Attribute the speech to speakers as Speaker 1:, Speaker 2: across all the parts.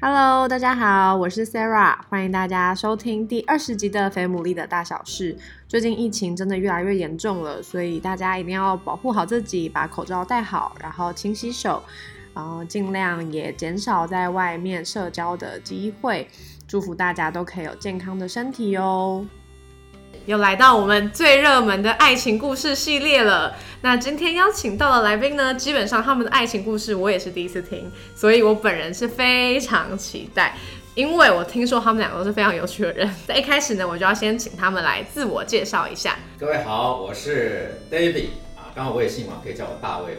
Speaker 1: Hello，大家好，我是 Sarah，欢迎大家收听第二十集的《肥牡蛎的大小事》。最近疫情真的越来越严重了，所以大家一定要保护好自己，把口罩戴好，然后勤洗手，然后尽量也减少在外面社交的机会。祝福大家都可以有健康的身体哦。
Speaker 2: 又来到我们最热门的爱情故事系列了。那今天邀请到的来宾呢，基本上他们的爱情故事我也是第一次听，所以我本人是非常期待，因为我听说他们两个都是非常有趣的人。 在一开始呢，我就要先请他们来自我介绍一下。
Speaker 3: 各位好，我是 David 啊，刚好我也姓王，可以叫我大卫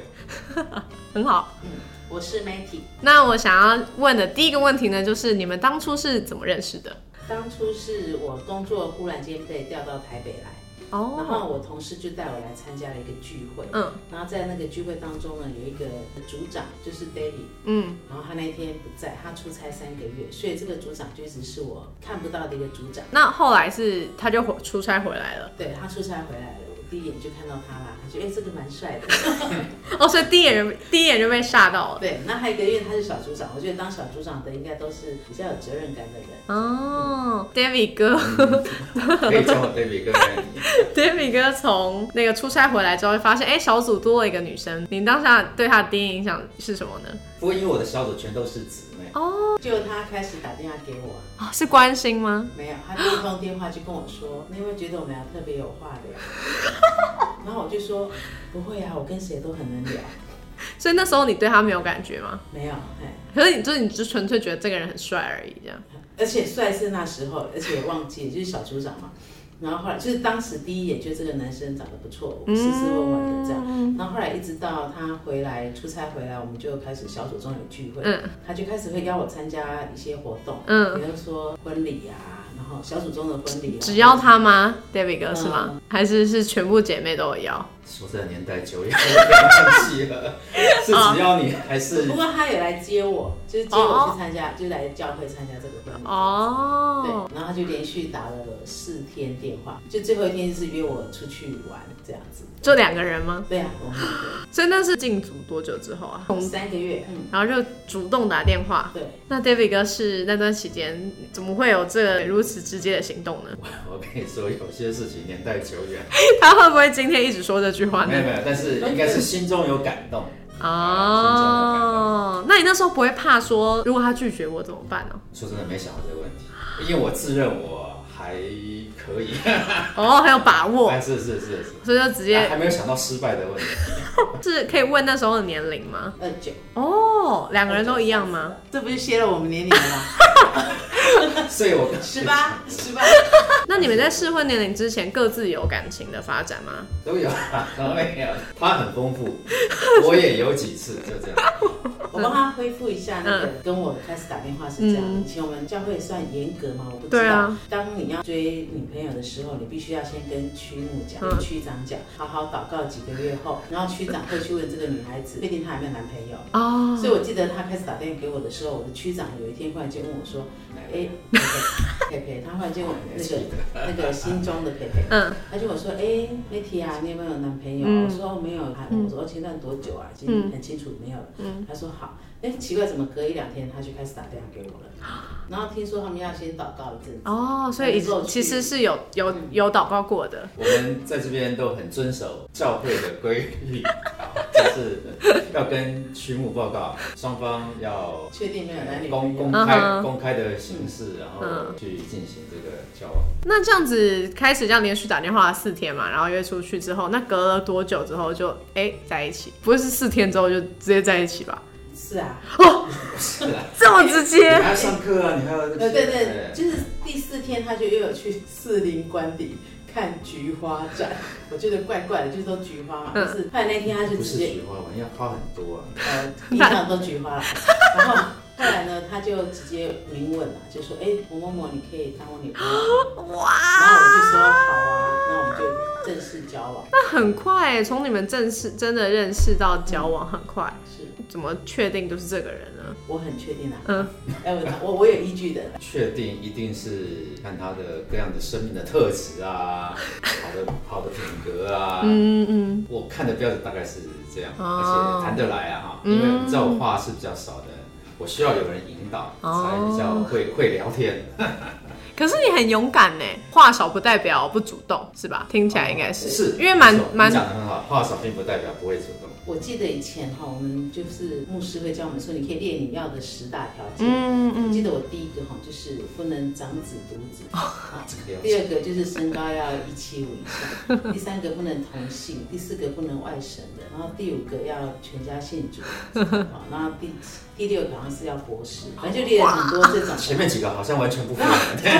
Speaker 3: 哦。
Speaker 2: 很好，
Speaker 4: 嗯我是 Matty，
Speaker 2: 那我想要问的第一个问题呢，就是你们当初是怎么认识的？
Speaker 4: 当初是我工作忽然间被调到台北来，然后
Speaker 2: 哦，
Speaker 4: 我同事就带我来参加了一个聚会，
Speaker 2: 嗯
Speaker 4: 然后在那个聚会当中呢，有一个组长就是 David，
Speaker 2: 嗯，
Speaker 4: 然后他那一天不在，他出差三个月，所以这个组长就一直是我看不到的一个组长。
Speaker 2: 那后来是他就回出差回来了，
Speaker 4: 对他出差回来了，我第一眼就看到他啦，他就哎、这个蛮帅 的，
Speaker 2: 哦，所以第一眼就第一眼就被吓到了。
Speaker 4: 对，那还有一个因为他是小组长，我觉得当小组长的应该都是比较有责任感的人。
Speaker 2: 哦，David 哥
Speaker 3: 可以叫我 David 哥没问题。
Speaker 2: ，David 哥从那个出差回来之后，会发现哎、小组多了一个女生。您当下对他的第一印象是什么呢？
Speaker 3: 不过因为我的小组全都是姊妹，
Speaker 4: 就他开始打电话给我
Speaker 2: 哦，
Speaker 4: 啊，
Speaker 2: 是关心吗？
Speaker 4: 没有，他第一通电话就跟我说：“你有没有觉得我们俩特别有话聊？”然后我就说：“不会啊，我跟谁都很能聊。
Speaker 2: 所以那时候你对他没有感觉吗？”
Speaker 4: 没有，哎，
Speaker 2: 可是你就是你就纯粹觉得这个人很帅而已，这样。
Speaker 4: 而且帅是那时候，而且也忘记，就是小组长嘛。然后后来就是当时第一眼觉得这个男生长得不错，我斯斯文文的这样。
Speaker 2: 嗯
Speaker 4: 然后后来一直到他回来出差回来，我们就开始小组中有聚会，
Speaker 2: 嗯
Speaker 4: 他就开始会邀我参加一些活动，
Speaker 2: 嗯，
Speaker 4: 比如说婚礼啊，然后小组中的婚礼、啊，
Speaker 2: 只要他吗？David 哥是吗？
Speaker 4: 嗯
Speaker 2: 还是是全部姐妹都有要？
Speaker 3: 说这个年代久远，我不要忘记了。是只要你还是
Speaker 4: 不
Speaker 2: 哦
Speaker 4: 过他也来接我，就是接我去参加，就来教会参加这个婚礼。对，
Speaker 2: 哦，
Speaker 4: 然后他就连续打了四天电话，就最后一天就是约我出去玩这样子。
Speaker 2: 就两个人吗？
Speaker 4: 对啊，我们两
Speaker 2: 所以那是进组多久之后啊？
Speaker 4: 个三个月，嗯，
Speaker 2: 然后就主动打电话。
Speaker 4: 对，
Speaker 2: 那 David 哥是那段期间怎么会有这个如此直接的行动呢？
Speaker 3: 我跟你说，有些事情年代久远，
Speaker 2: 他会不会今天一直说这句话
Speaker 3: 没有
Speaker 2: 呢？
Speaker 3: 没有，但是应该是心中有感动。
Speaker 2: 哦，那你那时候不会怕说，如果他拒绝我怎么办呢、
Speaker 3: 说真的，没想到这个问题，因为我自认我还可以，
Speaker 2: 哦，很有把 握，
Speaker 3: 但是是是是，啊
Speaker 2: 所以就直接
Speaker 3: 还没有想到失败的问题。
Speaker 2: 是可以问那时候的年龄吗？
Speaker 4: 二九，
Speaker 2: 哦，两个人都一样 吗？？
Speaker 4: 这不就泄露我们年龄了吗？
Speaker 3: 所以我
Speaker 4: 十八，十八，
Speaker 2: 那你们在适婚年龄之前各自有感情的发展吗？
Speaker 3: 都有啊，都有，他很丰 富，我也有几次，就这样。
Speaker 4: 我帮他恢复一下那
Speaker 2: 嗯
Speaker 4: 个跟我开始打电话是这样。以前我们教会算严格嘛，我不知
Speaker 2: 对
Speaker 4: 道
Speaker 2: 啊。
Speaker 4: 当你要追女朋友的时候，你必须要先跟区牧讲、
Speaker 2: 嗯
Speaker 4: 区长讲，好好祷告几个月后，然后区长会去问这个女孩子，确定她有没有男朋友。
Speaker 2: 哦，
Speaker 4: 所以我记得他开始打电话给我的时候，我的区长有一天忽然间问我说：“ 哎、佩佩，佩佩，他忽然间问我那个那个心中的佩佩，
Speaker 2: 嗯，
Speaker 4: 他就问我说：‘哎、那天啊，你有没有男朋友？’
Speaker 2: 嗯嗯
Speaker 4: 我说：‘没有。’啊，我说：‘前段多久啊？’其实很清楚没有了。他说：‘好。’哎，奇怪，怎么隔一两天他就开始打电话给我了？然后听说他们要先祷告一阵子。
Speaker 2: 哦，所以以前其实是有有有祷告过的。
Speaker 3: 我们在这边都很遵守教会的规律，就是要跟区牧报告，双方要
Speaker 4: 确定没有男女
Speaker 3: 公
Speaker 4: 朋
Speaker 3: 公
Speaker 4: 友，
Speaker 2: 嗯
Speaker 3: 开
Speaker 2: 哼
Speaker 3: 公开的形式，然后
Speaker 2: 嗯
Speaker 3: 去进行这个交往。
Speaker 2: 那这样子开始这样连续打电话四天嘛，然后约出去之后，那隔了多久之后就哎、在一起？不会是四天之后就直接在一起吧？
Speaker 4: 是啊，
Speaker 3: 是啊，
Speaker 2: 这么直
Speaker 3: 你
Speaker 2: 接？
Speaker 3: 还要上课啊，你还要
Speaker 4: 嗯呃对对对，就是第四天他就约我去四林官邸看菊花展，我觉得怪怪的，就是都菊花嘛。
Speaker 2: 嗯
Speaker 4: 就是后来那天他就
Speaker 3: 哎不
Speaker 4: 直
Speaker 3: 是
Speaker 4: 接
Speaker 3: 菊花，我要花很多啊。
Speaker 4: 呃地上都菊花了，然后后来呢他就直接明问了，就说哎某某某你可以当我女朋友 吗，
Speaker 2: 哇！
Speaker 4: 然后我就说好啊，那我们就正式交往，
Speaker 2: 那很快欸从你们正式真的认识到交往很快，
Speaker 4: 是
Speaker 2: 怎么确定就是这个人呢？
Speaker 4: 我很确定啊。
Speaker 2: 嗯，
Speaker 4: 哎，我我我有依据的。
Speaker 3: 确定一定是看他的各样的生命的特质 啊，好的好的品格啊，
Speaker 2: 嗯嗯，
Speaker 3: 我看的标准大概是这样，
Speaker 2: 哦嗯
Speaker 3: 而且谈得来啊哈，因为你知道我话是比较少的，我需要有人引导才比较
Speaker 2: 哦
Speaker 3: 会会聊天。
Speaker 2: 可是你很勇敢呢，话少不代表不主动，是吧？听起来应该是，
Speaker 3: 哦是，
Speaker 2: 因为蛮
Speaker 3: 没错你
Speaker 2: 蛮
Speaker 3: 讲的很好，话少并不代表不会主动。
Speaker 4: 我记得以前哈，我们就是牧师会教我们说，你可以列你要的十大条件。
Speaker 2: 嗯
Speaker 4: 我
Speaker 2: 嗯
Speaker 4: 记得我第一个哈就是不能长子独 子，
Speaker 2: 哦
Speaker 4: 啊
Speaker 3: 这个
Speaker 4: 第二个就是身高要一七五 以上，第三个不能同性，第四个不能外省的，然后第五个要全家信 主，啊，然后第第六个好像是要博士，反正就列了很多这种，
Speaker 3: 前面几个好像完全不符合。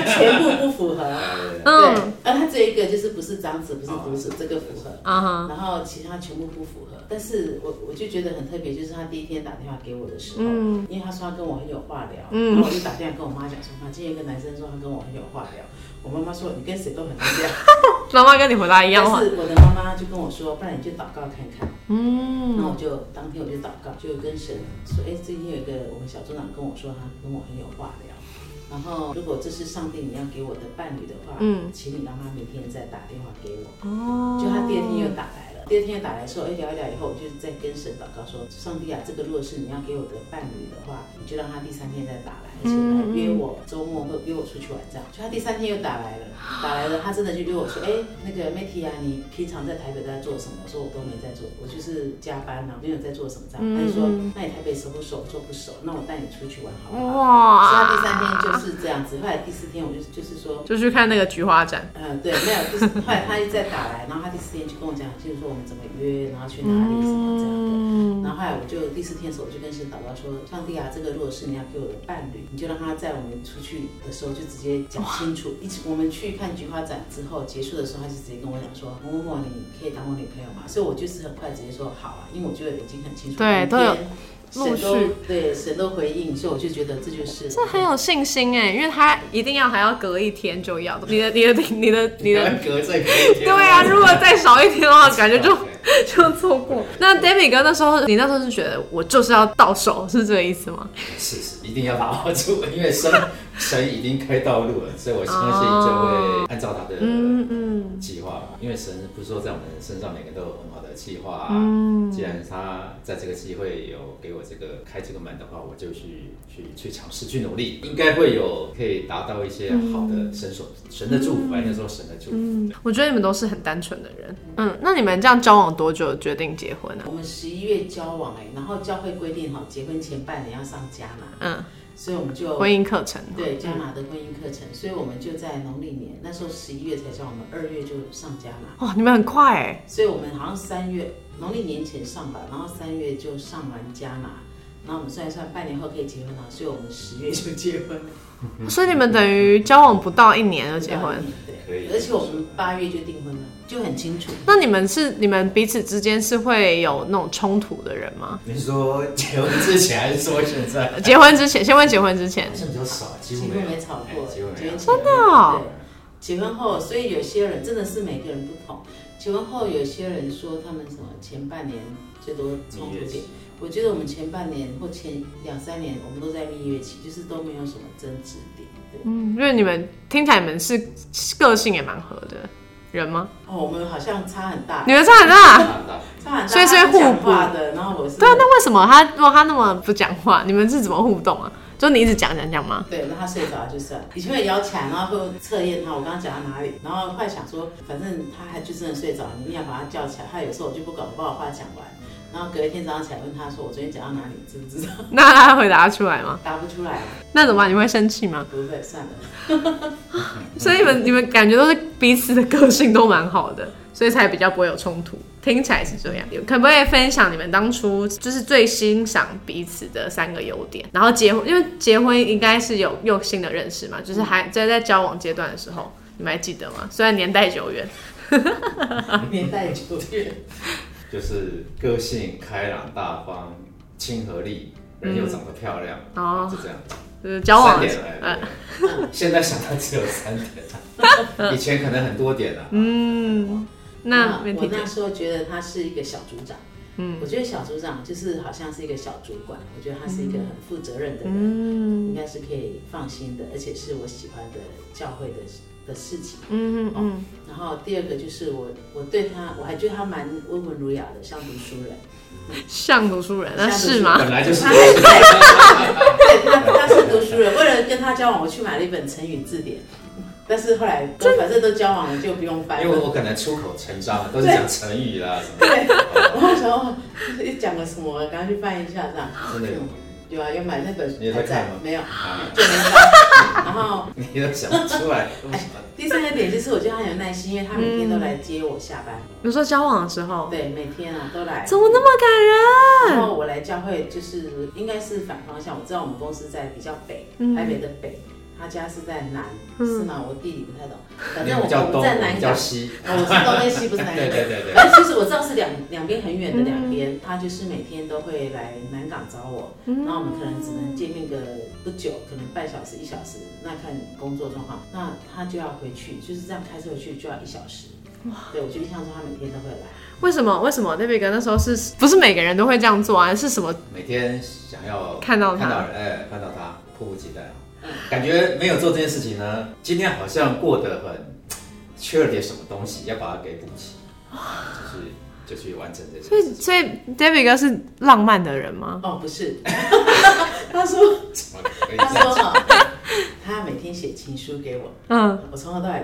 Speaker 4: 全部不符合。
Speaker 3: 呃
Speaker 4: 对
Speaker 2: 嗯，
Speaker 4: 啊，他这一个就是不是长子，不是独子，这个符合。
Speaker 2: 啊哈，
Speaker 4: 然后其他全部不符合。但是我我就觉得很特别，就是他第一天打电话给我的时候，
Speaker 2: 嗯
Speaker 4: 因为他说他跟我很有话聊，
Speaker 2: 嗯
Speaker 4: 然后我就打电话跟我妈讲说，妈，今天有一个男生说他跟我很有话聊。我妈妈说你跟谁都很一样，
Speaker 2: 妈妈跟你回答一
Speaker 4: 但
Speaker 2: 样话，
Speaker 4: 是我的妈妈就跟我说，不然你就祷告看看。然后
Speaker 2: 嗯
Speaker 4: 我就当天我就祷告，就跟神说，哎，最近有一个我们小组长跟我说，他跟我很有话聊。然后，如果这是上帝你要给我的伴侣的话，
Speaker 2: 嗯
Speaker 4: 请你让他明天再打电话给我。
Speaker 2: 哦
Speaker 4: 就他第二天又打来了，第二天又打来说，哎，聊一聊以后，我就在跟神祷告说，上帝啊，这个如果是你要给我的伴侣的话，你就让他第三天再打来，而且来
Speaker 2: 嗯
Speaker 4: 约我周末会约我出去玩这样。就他第三天又打来了，打来了，他真的就约我说，哎，那个 Matty 啊，你平常在台北都在做什么？我说我都没在做，我就是加班啊，没有在做什么这样。他就说，那你台北熟不熟？做不熟，那我带你出去玩好不好？所以他第三天就
Speaker 2: 哇，
Speaker 4: 是这样子，后来第四天我就就是说，
Speaker 2: 就去看那个菊花展，
Speaker 4: 呃，对，没有，就是后来他一直在打来，然后他第四天就跟我讲，就是说我们怎么约，然后去哪里，什么这样的。
Speaker 2: 嗯
Speaker 4: 然后后来我就第四天的时候，我就跟神祷告说：“上帝啊，这个如果是你要给我的伴侣，你就让他在我们出去的时候就直接讲清楚。一直我们去看菊花展之后结束的时候，他就直接跟我讲说：‘某某某，你可以当我女朋友吗？’所以我就是很快直接说好啊，因为我觉得已经很清楚。
Speaker 2: 对
Speaker 4: 明天
Speaker 2: 都有陆
Speaker 4: 神
Speaker 2: 续
Speaker 4: 都对神都回应，所以我就觉得这就是
Speaker 2: 这很有信心哎，因为他一定要还要隔一天就要的，你的你的你的你的，
Speaker 3: 人格这个一天
Speaker 2: 对啊，如果再少一天的话，感觉 就就错过
Speaker 3: 过。
Speaker 2: 那 David 哥那时候，你那时候是觉得我就是要到手，是这个意思吗？
Speaker 3: 是是，一定要把握住，因为神神已经开道路了，所以我相信就
Speaker 2: 哦
Speaker 3: 会按照他的
Speaker 2: 嗯嗯
Speaker 3: 计划吧。因为神不是说在我们身上每个都有很好的计划啊，
Speaker 2: 嗯
Speaker 3: 既然他在这个机会有给我这个开这个门的话，我就去去去尝试去努力，应该会有可以达到一些好的神所、神的祝福，吧，应该说神的祝福。
Speaker 2: 嗯，我觉得你们都是很单纯的人。嗯，那你们这样交往多久决定结婚呢、啊
Speaker 4: 我们十一月交往哎、然后教会规定哈，结婚前半年要上加拿，
Speaker 2: 嗯，
Speaker 4: 所以我们就
Speaker 2: 婚姻课程。
Speaker 4: 对加拿的婚姻课程，所以我们就在农历年那时候十一月才交往，我们二月就上加拿，
Speaker 2: 哇，你们很快哎，
Speaker 4: 所以我们好像三月农历年前上吧，然后三月就上完加拿。然后我们算一算，半年后可以结婚了，所以我们十月就结婚 了，
Speaker 2: 所以你们等于交往不到一年就结婚。
Speaker 3: 可以
Speaker 4: 嗯对，啊而且我们八月就订婚了，就很清楚。
Speaker 2: 那你们是你们彼此之间是会有那种冲突的人吗？
Speaker 4: 嗯
Speaker 3: 你是说结婚之前还是说现 在？
Speaker 2: 结婚之前，先问结婚之前
Speaker 3: 好，像比较少，几
Speaker 4: 几
Speaker 3: 乎
Speaker 4: 乎
Speaker 3: 没有
Speaker 4: 没吵过，
Speaker 3: 哎几乎没有。
Speaker 4: 真
Speaker 2: 真的哦
Speaker 4: 对，结婚后，所以有些人真的是每个人不同。结婚后，有些人说他们什么前半年最多冲突
Speaker 3: 蜜月
Speaker 4: 点
Speaker 3: 期，
Speaker 4: 我觉得我们前半年或前两三年，我们都在蜜月期，就是都没有什么争执点。对，
Speaker 2: 嗯，因为你们听起来你们是个性也蛮合的人吗？
Speaker 4: 哦，我们好像差很大，
Speaker 2: 你们差很大。
Speaker 3: 好 的
Speaker 4: 差很大，
Speaker 2: 所以是
Speaker 4: 他
Speaker 2: 互
Speaker 4: 讲
Speaker 2: 补
Speaker 4: 话的，然后我是
Speaker 2: 对啊，那为什么他如果他那么不讲话，你们是怎么互动啊？就你一直讲讲讲吗？
Speaker 4: 对，那他睡着了就算了。以前会摇起来，然后会测验他，我刚刚讲到哪里，然后后来想说，反正他还就真的睡着，你一定要把他叫起来。他有时候我就不管，我把我话讲完，然后隔一天早上起来问他说，我昨天讲到哪里，知不知道？
Speaker 2: 那他回答出来吗？
Speaker 4: 答不出来，
Speaker 2: 那怎么办？你会生气吗？
Speaker 4: 不会，算了。
Speaker 2: 所以你们你们感觉都是彼此的个性都蛮好的，所以才比较不会有冲突。听起来是这样，可不可以分享你们当初就是最欣赏彼此的三个优点？然后结婚，因为结婚应该是有有新的认识嘛，就是还在在交往阶段的时候，你们还记得吗？虽然年代久远，
Speaker 4: 年代久远，
Speaker 3: 就是个性开朗、大方、亲和力，人又长得漂亮，
Speaker 2: 哦
Speaker 3: 就这样。
Speaker 2: 就是交往
Speaker 3: 三
Speaker 2: 的
Speaker 3: 点
Speaker 2: 时候，
Speaker 3: 哎，啊 对现在想到只有三点，以前可能很多点啊。
Speaker 2: 嗯，那媒
Speaker 4: 我
Speaker 2: 体
Speaker 4: 那时候觉得他是一个小组长，嗯，我觉得小组长就是好像是一个小主管，我觉得他是一个很负责任的人，
Speaker 2: 嗯
Speaker 4: 应该是可以放心的，而且是我喜欢的教会的的事情。
Speaker 2: 嗯嗯嗯，
Speaker 4: 然后第二个就是我我对他，我还觉得他蛮温文儒雅的，像读 书人。
Speaker 2: 像读书人，那
Speaker 4: 像读书
Speaker 2: 是
Speaker 4: 人
Speaker 2: 吗？
Speaker 3: 本来就是
Speaker 4: 他对他他是读书人，为了跟他交往，我去买了一本成语字典，但是后来都反正都交往了，就不用翻
Speaker 3: 因为
Speaker 4: 了。
Speaker 3: 我可能出口成章，都是讲成语 啦什么
Speaker 4: 对，
Speaker 3: 的，
Speaker 4: 我想哦，你讲个什么？赶快去翻一下这样。
Speaker 3: 真的有。
Speaker 4: 有啊，有买那本
Speaker 3: 你也在
Speaker 4: 还在
Speaker 3: 看吗
Speaker 4: 没有，
Speaker 3: 啊，
Speaker 4: 就没翻。 然后
Speaker 3: 你都想不出来，为什么？
Speaker 4: 第三个点就是，我觉得他很有耐心，因为他每天都来接我下班。
Speaker 2: 你说交往的时候，
Speaker 4: 对，每天啊都来。
Speaker 2: 怎么那么感
Speaker 4: 然
Speaker 2: 人？
Speaker 4: 后我来教会就是应该是反方向，我知道我们公司在比较北，
Speaker 2: 嗯
Speaker 4: 台北的北，他家是在南，是吗？我地理不太懂，反
Speaker 3: 你
Speaker 4: 正我
Speaker 3: 比较
Speaker 4: 我
Speaker 3: 东，
Speaker 4: 们在
Speaker 3: 我
Speaker 4: 南
Speaker 3: 比较
Speaker 4: 港，
Speaker 3: 西。
Speaker 4: 哦我是东跟西，不是南
Speaker 3: 对
Speaker 4: 港。
Speaker 3: 对对对，
Speaker 4: 但其实我知道是两两边很远的两边，他就是每天都会来南港找我，然后我们可能只能见面个不久，可能半小时一小时，那看工作状况，那他就要回去，就是这样开车回去就要一小时。对，我就印象中他每天都会来。
Speaker 2: 为什么？为什么 David 哥那时候是不是每个人都会这样做啊？是什么？
Speaker 3: 每天想要
Speaker 2: 看到他
Speaker 3: 看到人，哎，看到他，迫不及待啊。感觉没有做这件事情呢，今天好像过得很缺了点什么东西，要把它给补齐，就是就去完成这件
Speaker 2: 所
Speaker 3: 事
Speaker 2: 以
Speaker 3: 情。
Speaker 2: 所以 David 哥是浪漫的人吗？
Speaker 4: 哦，不是，他说
Speaker 3: 怎么可以这
Speaker 4: 他
Speaker 3: 样
Speaker 4: 说哈，他每天写情书给我，
Speaker 2: 嗯，
Speaker 4: 我从头到尾